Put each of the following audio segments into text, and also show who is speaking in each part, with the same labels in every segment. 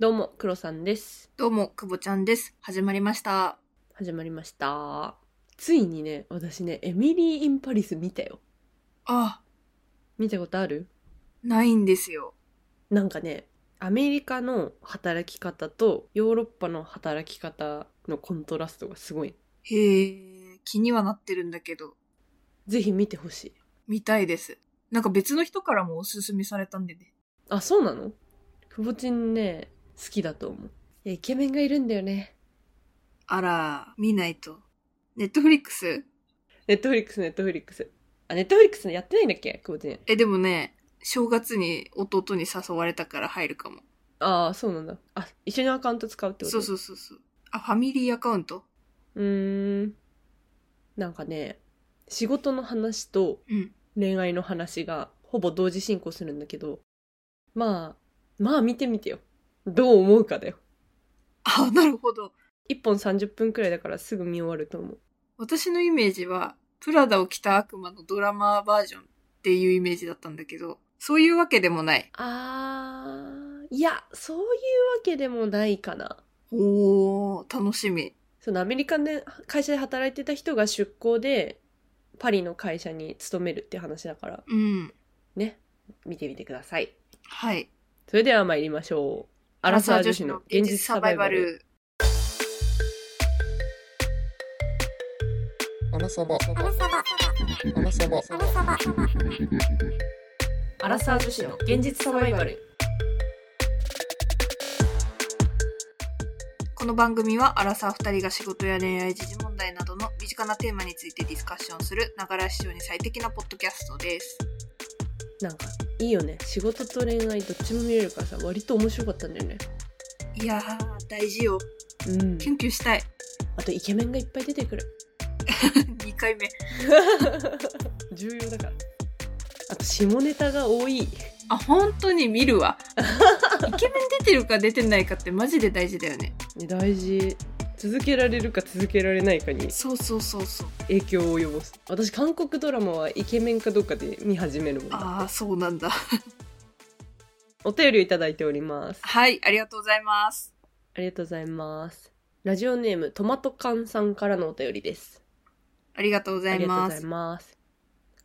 Speaker 1: どうも、クロさんです。
Speaker 2: どうも、くぼちゃんです。始まりました。
Speaker 1: 始まりました。ついにね、私ね、エミリー・イン・パリス見たよ。
Speaker 2: あ、
Speaker 1: 見たことある
Speaker 2: ないんですよ。
Speaker 1: なんかね、アメリカの働き方とヨーロッパの働き方のコントラストがすごい。
Speaker 2: へえ、気にはなってるんだけど、
Speaker 1: ぜひ見てほしい。
Speaker 2: 見たいです。なんか別の人からもおすすめされたんでね。
Speaker 1: あ、そうなのくぼちんね、好きだと思う。いやイケメンがいるんだよね。
Speaker 2: あら、見ないと。ネットフリックス
Speaker 1: ネットフリックス、ネットフリックス。あ、ネットフリックスやってないんだっけくぼちん。
Speaker 2: え、でもね、正月に弟に誘われたから入るかも。
Speaker 1: ああ、そうなんだ。あ、一緒にアカウント使うってこと
Speaker 2: そうそうそうそう。あ、ファミリーアカウント
Speaker 1: うーん。なんかね、仕事の話と
Speaker 2: うん。
Speaker 1: 恋愛の話がほぼ同時進行するんだけど、まあ、まあ見てみてよ。どう思うかだよ。
Speaker 2: あ、なるほど。
Speaker 1: 1本30分くらいだからすぐ見終わると思う。
Speaker 2: 私のイメージは、プラダを着た悪魔のドラマバージョンっていうイメージだったんだけど、そういうわけでもない。
Speaker 1: あー、いや、そういうわけでもないかな。
Speaker 2: おー、楽しみ。
Speaker 1: そのアメリカで会社で働いてた人が出向でパリの会社に勤めるって話だから、
Speaker 2: うん。
Speaker 1: ね、見てみてください。
Speaker 2: はい。
Speaker 1: それでは参りましょう。アラサー女子の現実サバイバル。。
Speaker 3: アラサバ。アラサバ。アラサバ。
Speaker 1: アラサー女子の現実サバイバル。
Speaker 2: この番組はアラサー2人が仕事や恋愛時事問題などの身近なテーマについてディスカッションするながら視聴に最適なポッドキャストです。
Speaker 1: なんかいいよね。仕事と恋愛どっちも見れるからさ、割と面白かったんだよね。
Speaker 2: いやー大事よ。
Speaker 1: うん
Speaker 2: キュンキュンしたい。
Speaker 1: あとイケメンがいっぱい出てくる。
Speaker 2: 2回目。
Speaker 1: 重要だから。あと下ネタが多い。
Speaker 2: あ本当に見 るわ。イケメン出てるか出てないかってマジで大事だよね。
Speaker 1: ね大事。続けられるか続けられないかに
Speaker 2: そうそうそうそう。
Speaker 1: 影響を及ぼす。私韓国ドラマはイケメンかどうかで見始めるもんだ
Speaker 2: ああそうなんだ。
Speaker 1: お便りをいただいております。
Speaker 2: はいありがとうございます。
Speaker 1: ありがとうございます。ラジオネームトマト缶さんからのお便りです。
Speaker 2: ありがとうござ
Speaker 1: あ
Speaker 2: い
Speaker 1: りがとう
Speaker 2: ま
Speaker 1: ござい
Speaker 2: す。
Speaker 1: ます。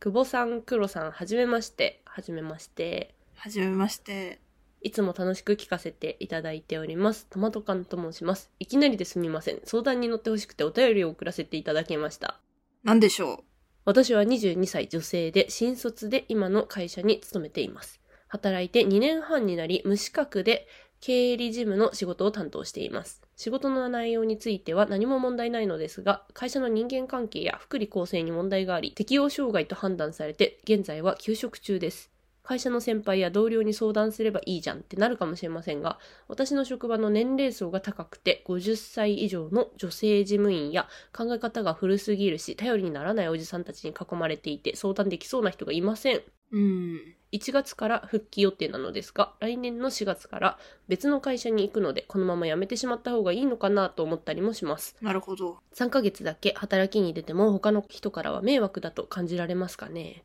Speaker 1: 久保さん、黒さん、はじめまして。はじめまして。
Speaker 2: はじめまして。
Speaker 1: いつも楽しく聞かせていただいております。トマト缶と申します。いきなりですみません。相談に乗ってほしくてお便りを送らせていただきました。
Speaker 2: なんでしょ
Speaker 1: 私は22歳女性で、新卒で今の会社に勤めています。働いて2年半になり、無資格で経理事務の仕事を担当しています。仕事の内容については何も問題ないのですが、会社の人間関係や福利厚生に問題があり、適応障害と判断されて、現在は休職中です。会社の先輩や同僚に相談すればいいじゃんってなるかもしれませんが、私の職場の年齢層が高くて、50歳以上の女性事務員や考え方が古すぎるし、頼りにならないおじさんたちに囲まれていて、相談できそうな人がいません。
Speaker 2: う。うん。
Speaker 1: 1月から復帰予定なのですが、来年の4月から別の会社に行くので、このまま辞めてしまった方がいいのかなと思ったりもします。
Speaker 2: なるほど。
Speaker 1: 3ヶ月だけ働きに出ても他の人からは迷惑だと感じられますかね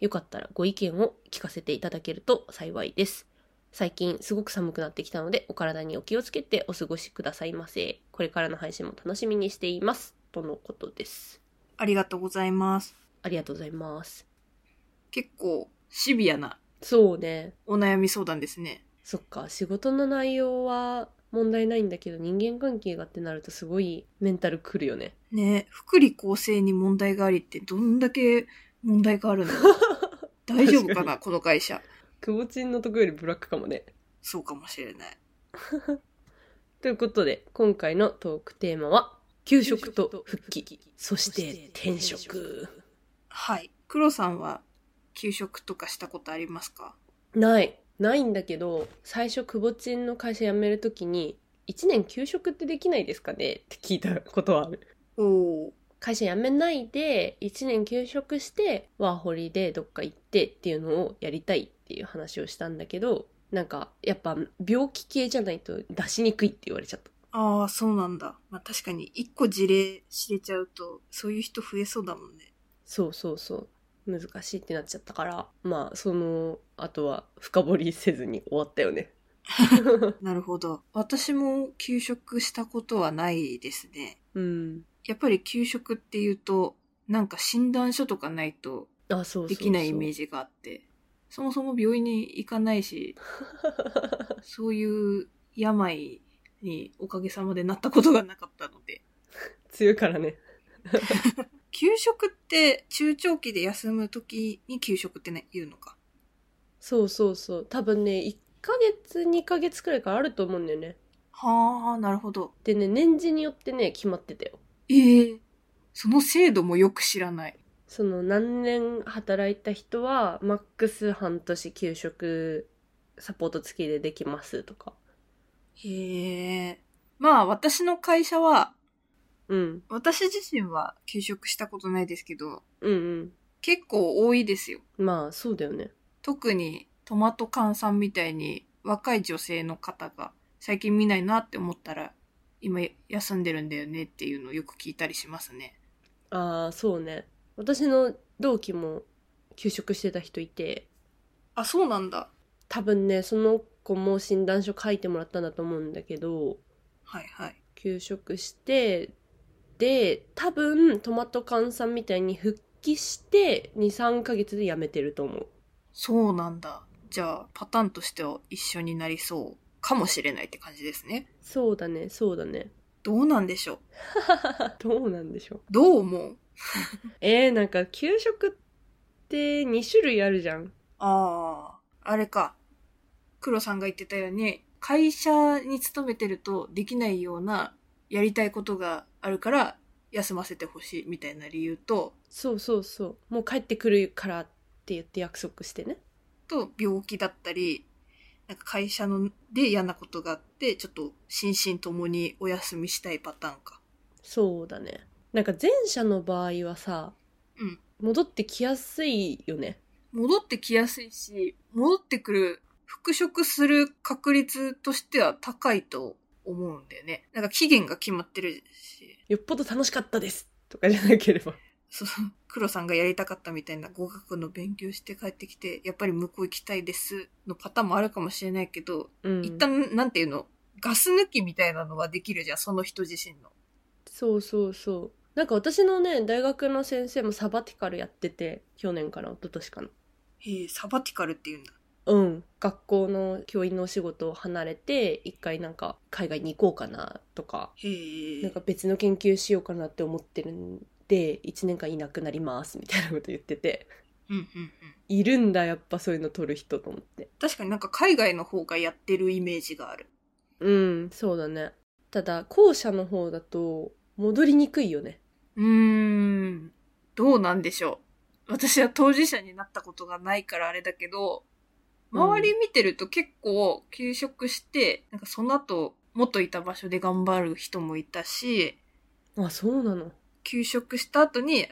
Speaker 1: よかったらご意見を聞かせていただけると幸いです。最近すごく寒くなってきたのでお体にお気をつけてお過ごしくださいませ。これからの配信も楽しみにしています。とのことです。
Speaker 2: ありがとうございます。
Speaker 1: ありがとうございます。
Speaker 2: 結構シビアな
Speaker 1: そうね。
Speaker 2: お悩み相談ですね。
Speaker 1: そっか、仕事の内容は問題ないんだけど人間関係がってなるとすごいメンタルくるよね。
Speaker 2: ね福利厚生に問題がありってどんだけ問題がある の大丈夫
Speaker 1: 確
Speaker 2: かな
Speaker 1: か
Speaker 2: この会社。
Speaker 1: くぼちんのとこよりブラックかもね。
Speaker 2: そうかもしれない。
Speaker 1: ということで、今回のトークテーマは、給食と復帰、そして転職。
Speaker 2: はい。黒さんは給食とかしたことありますか
Speaker 1: ない。ないんだけど、最初、くぼちんの会社辞めるときに、1年休職ってできないですかねって聞いたことはある。
Speaker 2: おお
Speaker 1: 会社辞めないで、1年休職して、ワーホリでどっか行ってっていうのをやりたいっていう話をしたんだけど、なんか、やっぱ病気系じゃないと出しにくいって言われちゃった。
Speaker 2: ああ、そうなんだ。まあ確かに一個事例知れちゃうと、そういう人増えそうだもんね。
Speaker 1: そうそうそう難しいってなっちゃったからまあそのあとは深掘りせずに終わったよね
Speaker 2: なるほど。私も休職したことはないですね。
Speaker 1: うん。
Speaker 2: やっぱり休職っていうと、なんか診断書とかないと
Speaker 1: あ、そうそうそう。
Speaker 2: できないイメー
Speaker 1: ジ。
Speaker 2: ジがあって、そもそも病院に行かない し、そういう病におかげさまでなったことがなかったので。
Speaker 1: 強いからね。
Speaker 2: 休職って中長期で休むときに休職ってね、言うのか。
Speaker 1: そうそうそう。多分ね、1ヶ月、2ヶ月くらいからあると思うんだよね。
Speaker 2: はあ、なるほど。
Speaker 1: でね、年次によってね、決まってたよ。
Speaker 2: ええその制度もよく知らない。
Speaker 1: その何年働いた人は、マックス半年休職サポート付きでできますとか。
Speaker 2: へえ。まあ私の会社は、
Speaker 1: うん。
Speaker 2: 私自身は休職したことないですけど、
Speaker 1: うん
Speaker 2: 結構多いですよ。
Speaker 1: うん。まあ、そうだよね。
Speaker 2: 特にトマト缶さんみたいに若い女性の方が最近見ないなって思ったら、今休んでるんだよねっていうのをよく聞いたりしますね。
Speaker 1: ああ、そうね。私の同期も休職してた人いて、
Speaker 2: あ、そうなんだ。
Speaker 1: 多分ね、その子も診断書書いてもらったんだと思うんだけど、
Speaker 2: はいはい。
Speaker 1: 休職してで多分トマト缶さんみたいに復帰して23ヶ月で辞めてると思う
Speaker 2: そうなんだ。じゃあ、パターンとしては一緒になりそうかもしれないって感じですね。
Speaker 1: そうだねそうだね
Speaker 2: どうなんでしょう
Speaker 1: どうなんでしょう
Speaker 2: どう思う
Speaker 1: えー、なんか給食って2種類あるじゃん
Speaker 2: ああ、あれか。黒さんが言ってたように、会社に勤めてるとできないようなやりたいことがあるから休ませてほしいみたいな理由と、
Speaker 1: そうそうそうもう帰ってくるからって言って約束してね
Speaker 2: と病気だったり、なんか会社ので嫌なことがあって、ちょっと心身ともにお休みしたいパターンか。
Speaker 1: そうだねなんか前者の場合はさ、
Speaker 2: うん
Speaker 1: 戻ってきやすいよね
Speaker 2: 戻ってきやすいし、戻ってくる、復職する確率としては高いと思うんだよね。なんか期限が決まってるし。
Speaker 1: よっぽど楽しかったですとかじゃなけ れば
Speaker 2: そう、黒さんがやりたかったみたいな語学の勉強して帰ってきて、やっぱり向こう行きたいですのパターンもあるかもしれないけど、
Speaker 1: うん
Speaker 2: 一旦、なんていうの、ガス抜きみたいなのはできるじゃん、その人自身の。
Speaker 1: そうそうそうなんか私のね大学の先生もサバティカルやってて去年から一昨年かな
Speaker 2: へえ、サバティカルって言うんだ。
Speaker 1: うん学校の教員のお仕事を離れて一回なんか海外に行こうかなとか
Speaker 2: へえ。
Speaker 1: なんか別の研究しようかなって思ってるんで1年間いなくなりますみたいなこと言ってて
Speaker 2: うんうんうん。
Speaker 1: いるんだやっぱそういうの取る人と思って
Speaker 2: 確かになんか海外の方がやってるイメージがある。
Speaker 1: うんそうだねただ後者の方だと戻りにくいよね
Speaker 2: うーん、どうなんでしょう。私は当事者になったことがないからあれだけど、
Speaker 1: うん
Speaker 2: 周り見てると結構休職して、なんかその後元いた場所で頑張る人もいたし、
Speaker 1: あそうなの
Speaker 2: 休職した後に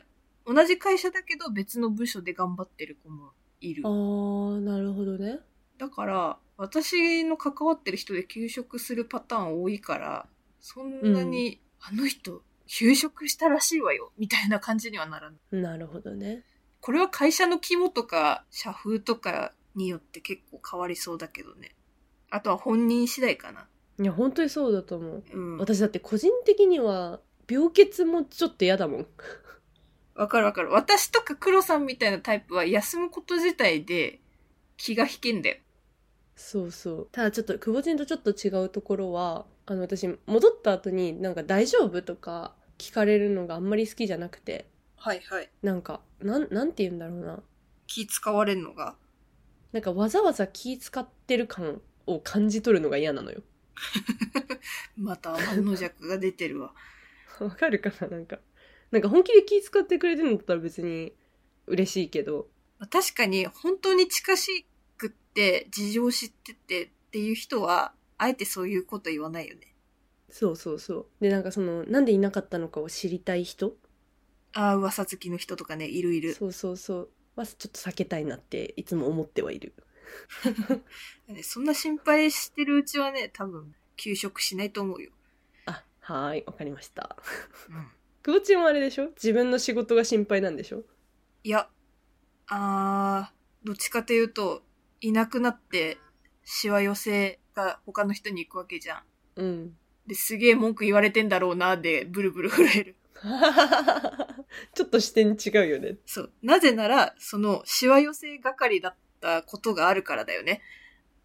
Speaker 2: 同じ会社だけど別の部署で頑張ってる子もいる
Speaker 1: あ。ーなるほどね
Speaker 2: だから私の関わってる人で休職するパターン多いから、そんなに、あの人休職したらしいわよみたいな感じにはならない。
Speaker 1: なるほどね
Speaker 2: これは会社の肝とか社風とかによって結構変わりそうだけどね。あとは本人次第かな。
Speaker 1: いや本当にそうだと思う
Speaker 2: うん。
Speaker 1: 私だって個人的には病欠もちょっと嫌だもん
Speaker 2: わかるわかる。私とか黒さんみたいなタイプは休むこと自体で気が引けんだよ。
Speaker 1: そうそうただちょっと久保ちんとちょっと違うところはあの私戻った後になんか「大丈夫?」とか聞かれるのがあんまり好きじゃなくて
Speaker 2: はいはい。
Speaker 1: なんかなんなんて言うんだろうな
Speaker 2: 気使われるのが。
Speaker 1: なんかわざわざ気使ってる感を感じ取るのが嫌なのよ
Speaker 2: また天の弱が出てるわ。
Speaker 1: わかるかななんかなんか本気で気使ってくれてるんだったら別に嬉しいけど
Speaker 2: まあ確かに本当に近しくって事情知っててっていう人は、あえてそういうこと言わないよね。
Speaker 1: そうそうそうでなんかそのなんでいなかったのかを知りたい人
Speaker 2: ああ、噂好きの人とかね、いるいる。
Speaker 1: そうそうそうはちょっと避けたいなっていつも思ってはいる
Speaker 2: ねそんな心配してるうちはね、多分、休職しないと思うよ。
Speaker 1: あはーいわかりました
Speaker 2: うん。
Speaker 1: 久保ちんはあれでしょ自分の仕事が心配なんでしょ
Speaker 2: いや、あー、どっちかというと、いなくなって、しわ寄せが他の人に行くわけじゃん。
Speaker 1: うん。
Speaker 2: で、すげえ文句言われてんだろうな、で、ブルブル震える。
Speaker 1: ちょっと視点違うよね。
Speaker 2: そう。なぜなら、その、しわ寄せ係だったことがあるからだよね。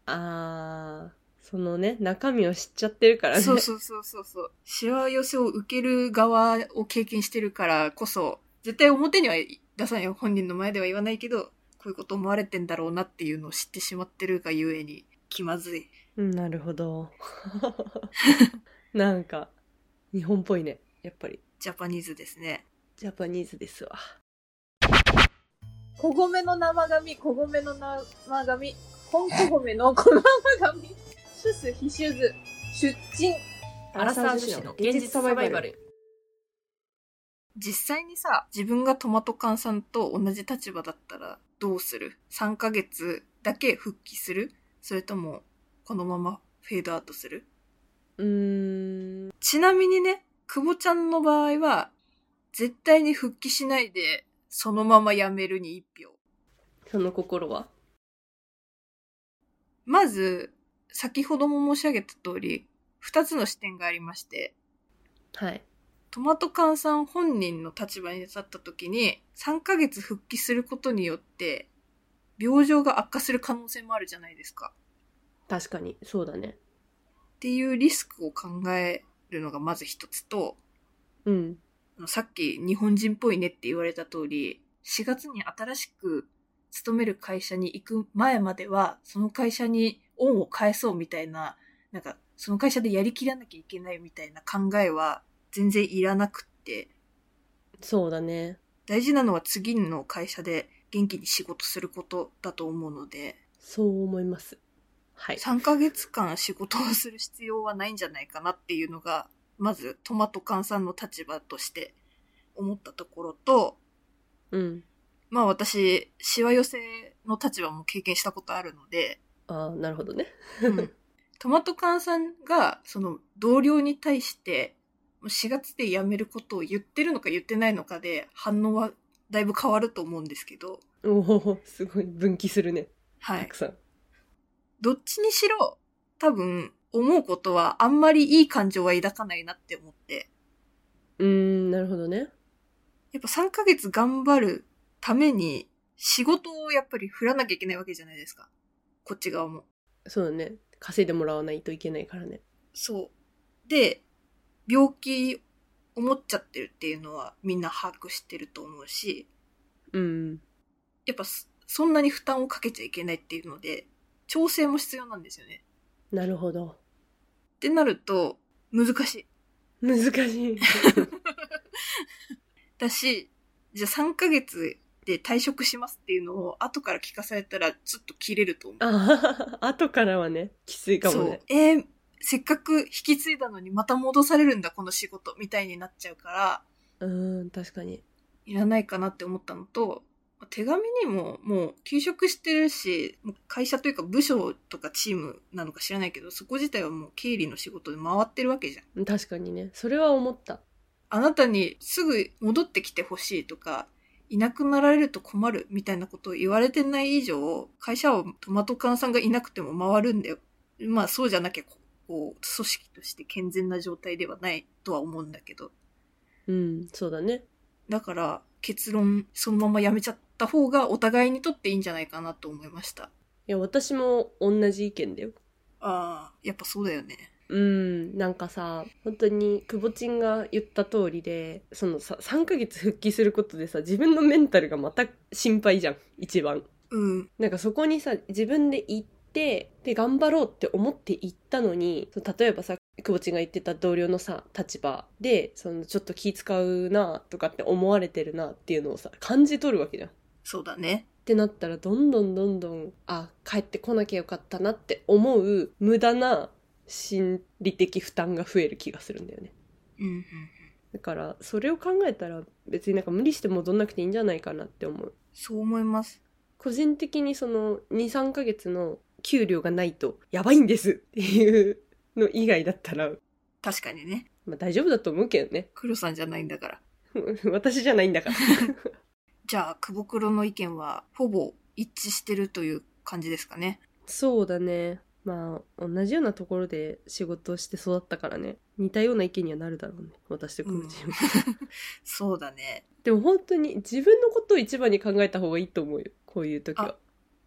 Speaker 1: あー、そのね、中身を知っちゃってるからね。
Speaker 2: そうそうそうそうそう。しわ寄せを受ける側を経験してるからこそ、絶対表には出さないよ。本人の前では言わないけど、こういうこと思われてんだろうなっていうのを知ってしまってるがゆえに、気まずい。
Speaker 1: うんなるほど。なんか、日本っぽいね。やっぱり。
Speaker 2: ジャパニーズですね。
Speaker 1: ジャパニーズですわ。
Speaker 4: 小米の生髪、小米の生髪、本小米の小生髪、出す、必修図、出陳。
Speaker 5: アラサー女子の現実サバイバル。
Speaker 2: 実際にさ、自分がトマト缶さんと同じ立場だったらどうする ?3 ヶ月だけ復帰するそれとも、このままフェードアウトする
Speaker 1: うーん。
Speaker 2: ちなみにね、久保ちゃんの場合は、絶対に復帰しないで、そのまま辞めるに一票。
Speaker 1: その心は
Speaker 2: まず、先ほども申し上げた通り、二つの視点がありまして、
Speaker 1: はい。
Speaker 2: トマト缶さん本人の立場に立った時に、3ヶ月復帰することによって、病状が悪化する可能性もあるじゃないですか。
Speaker 1: 確かに、そうだね。
Speaker 2: っていうリスクを考えるのがまず一つと、
Speaker 1: うん。
Speaker 2: あのさっき日本人っぽいねって言われた通り、4月に新しく勤める会社に行く前までは、その会社に恩を返そうみたいな、なんか、その会社でやりきらなきゃいけないみたいな考えは全然いらなくって、
Speaker 1: そうだね。
Speaker 2: 大事なのは次の会社で元気に仕事することだと思うので、
Speaker 1: そう思います。はい。
Speaker 2: 3ヶ月間仕事をする必要はないんじゃないかなっていうのが、まずトマト缶さんの立場として思ったところと、
Speaker 1: うん。
Speaker 2: まあ私、しわ寄せの立場も経験したことあるので、
Speaker 1: ああ、なるほどね。
Speaker 2: トマト缶さんが、その同僚に対して、もう4月で辞めることを言ってるのか言ってないのかで、反応はだいぶ変わると思うんですけど、
Speaker 1: おお、すごい分岐するね。
Speaker 2: は
Speaker 1: た
Speaker 2: い
Speaker 1: く。さん。
Speaker 2: どっちにしろ、多分、思うことはあんまりいい感情は抱かないなって思って、
Speaker 1: うーん、なるほどね。
Speaker 2: やっぱ3ヶ月頑張るために、仕事をやっぱり振らなきゃいけないわけじゃないですか。こっち側も。
Speaker 1: そうだね。稼いでもらわないといけないからね。
Speaker 2: そう。で、病気を持っちゃってるっていうのはみんな把握してると思うし、
Speaker 1: うん。
Speaker 2: やっぱそそんなに負担をかけちゃいけないっていうので、調整も必要なんですよね。
Speaker 1: なるほど。
Speaker 2: ってなると、難しい。
Speaker 1: 難し い。
Speaker 2: だし、じゃあ3ヶ月で退職しますっていうのを後から聞かされたらちょっと切れると思う。
Speaker 1: ああ、後からはね、きついかも
Speaker 2: そ
Speaker 1: ね
Speaker 2: う。。えーせっかく引き継いだのにまた戻されるんだこの仕事みたいになっちゃうか
Speaker 1: う
Speaker 2: ら、
Speaker 1: ーん、確かに。
Speaker 2: いらないかなって思ったのと、手紙にももう休職してるし、もう会社というか部署とかチームなのか知らないけど、そこ自体はもう経理の仕事で回ってるわけじゃん。
Speaker 1: 確かにね。それは思った。
Speaker 2: あなたにすぐ戻ってきてほしいとか、いなくなられると困るみたいなことを言われてない以上、会社はトマト缶さんがいなくても回るんだよ。まあそうじゃなきゃこう、こう組織として健全な状態ではないとは思うんだけど。
Speaker 1: うん、そうだね。
Speaker 2: だから結論そのままやめちゃった方がお互いにとっていいんじゃないかなと思いました。
Speaker 1: いや、私も同じ意見だよ。
Speaker 2: ああ、やっぱそうだよね。
Speaker 1: うん、なんかさ、本当に、くぼちんが言った通りで、そのさ、3ヶ月復帰することでさ、自分のメンタルがまた心配じゃん、一番。
Speaker 2: うん、
Speaker 1: なんかそこにさ、自分で行って、で、頑張ろうって思って行ったのに、その例えばさ、くぼちんが言ってた同僚のさ、立場で、その、ちょっと気使うなとかって思われてるなっていうのをさ、感じ取るわけじゃん。
Speaker 2: そうだね。
Speaker 1: ってなったらどんどんどんどんあ帰ってこなきゃよかったなって思う無駄な心理的負担が増える気がするんだよね
Speaker 2: うん、うん。
Speaker 1: だからそれを考えたら別になんか無理して戻んなくていいんじゃないかなって思う
Speaker 2: そう思います。
Speaker 1: 個人的にその23ヶ月の給料がないとやばいんですっていうの以外だったら、
Speaker 2: 確かにね。
Speaker 1: まあ、大丈夫だと思うけどね
Speaker 2: 黒さんじゃないんだから。
Speaker 1: 私じゃないんだから
Speaker 2: じゃあ、久保黒の意見はほぼ一致してるという感じですかね。
Speaker 1: そうだねまあ、同じようなところで仕事して育ったからね、似たような意見にはなるだろうね。私とくのチーム。
Speaker 2: そうだね。
Speaker 1: でも本当に自分のことを一番に考えた方がいいと思うよ。こういう時は
Speaker 2: あ。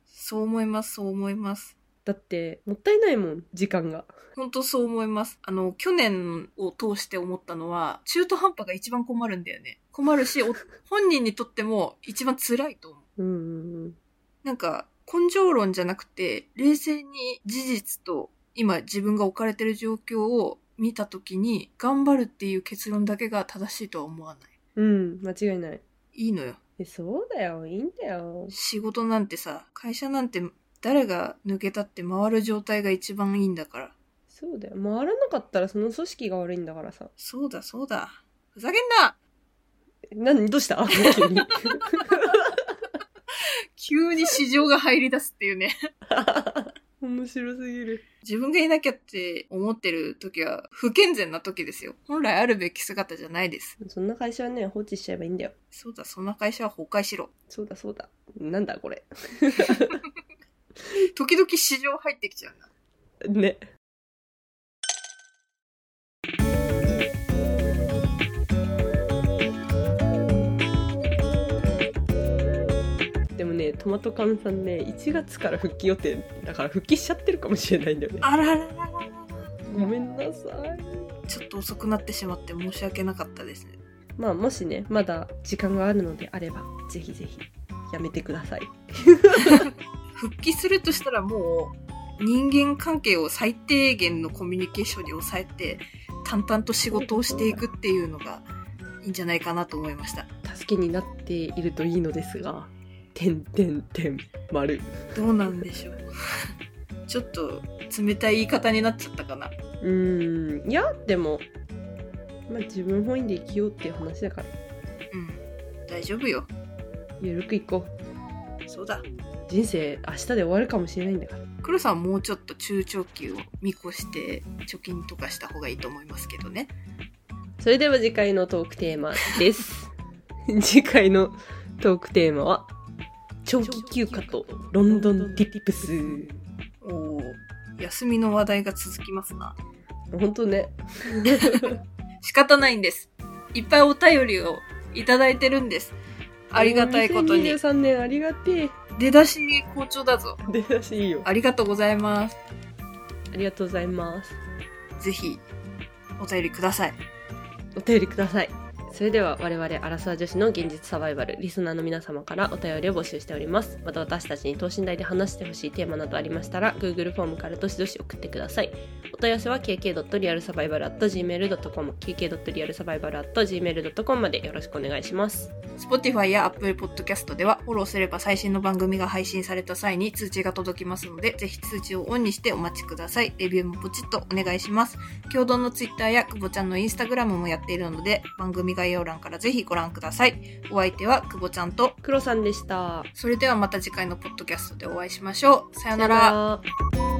Speaker 2: そう思います、そう思います。
Speaker 1: だって、もったいないもん、時間が。
Speaker 2: 本当そう思います。あの、去年を通して思ったのは、中途半端が一番困るんだよね。困るし、お本人にとっても一番辛いと思う。
Speaker 1: うんうんうん。
Speaker 2: なんか、根性論じゃなくて、冷静に事実と今自分が置かれてる状況を見たときに、頑張るっていう結論だけが正しいとは思わない。
Speaker 1: うん、間違いない。
Speaker 2: いいのよ。
Speaker 1: え、そうだよ、いいんだよ。
Speaker 2: 仕事なんてさ、会社なんて誰が抜けたって回る状態が一番いいんだから。
Speaker 1: そうだよ。回らなかったらその組織が悪いんだからさ。
Speaker 2: そうだそうだ。ふざけんな
Speaker 1: 何どうした 急に。
Speaker 2: 急に市場が入り出すっていうね。
Speaker 1: 面白すぎる。
Speaker 2: 自分がいなきゃって思ってる時は不健全な時ですよ。本来あるべき姿じゃないです。
Speaker 1: そんな会社はね、放置しちゃえばいいんだよ。
Speaker 2: そうだ、そんな会社は崩壊しろ。
Speaker 1: そうだそうだ。なんだこれ。
Speaker 2: 時々市場入ってきちゃうな。
Speaker 1: ね。でもね、トマト缶さんね、1月から復帰予定だから復帰しちゃってるかもしれないんだよね。
Speaker 2: あらららららら
Speaker 1: ごめんなさい。
Speaker 2: ちょっと遅くなってしまって申し訳なかったですね。
Speaker 1: まあもしね、まだ時間があるのであれば、ぜひぜひやめてください。
Speaker 2: 復帰するとしたらもう人間関係を最低限のコミュニケーションに抑えて淡々と仕事をしていくっていうのがいいんじゃないかなと思いました
Speaker 1: 助けになっているといいのですが、てんてんてん、丸。
Speaker 2: どうなんでしょうちょっと冷たい言い方になっちゃったかな
Speaker 1: うーんいやでも、まあ、自分本位で生きようっていう話だから
Speaker 2: うん大丈夫よ
Speaker 1: ゆるくいこう
Speaker 2: そうだ
Speaker 1: 人生明日で終わるかもしれないんだから
Speaker 2: 黒さんもうちょっと中長期を見越して貯金とかした方がいいと思いますけどね
Speaker 1: それでは次回のトークテーマです 次回のトークテーマは長期休暇とロンドンティップス
Speaker 2: おお休みの話題が続きますな
Speaker 1: 本当ね
Speaker 2: 仕方ないんです。いっぱいお便りをいただいてるんです。ありがたいことに。
Speaker 1: 2023年ありがてえ
Speaker 2: 出だし好調だぞ。
Speaker 1: 出だしいいよ
Speaker 2: ありがとうございます。
Speaker 1: ありがとうございます
Speaker 2: ぜひ、お便りください。
Speaker 1: お便りくださいそれでは我々アラサー女子の現実サバイバルリスナーの皆様からお便りを募集しておりますまた私たちに等身大で話してほしいテーマなどありましたら Google フォームからどしどし送ってくださいお問い合わせは kk.realsurvival.gmail.com kk.realsurvival.gmail.com までよろしくお願いします
Speaker 2: Spotify や Apple Podcast ではフォローすれば最新の番組が配信された際に通知が届きますので、ぜひ通知をオンにしてお待ちください。レビューもポチッとお願いします。共同の Twitter や久保ちゃんの Instagram もやっているので、番組概要欄からぜひご覧ください。お相手は久保ちゃんと、
Speaker 1: 黒さんでした
Speaker 2: それではまた次回のポッドキャストでお会いしましょう。さ
Speaker 1: さ
Speaker 2: よなら。
Speaker 1: ら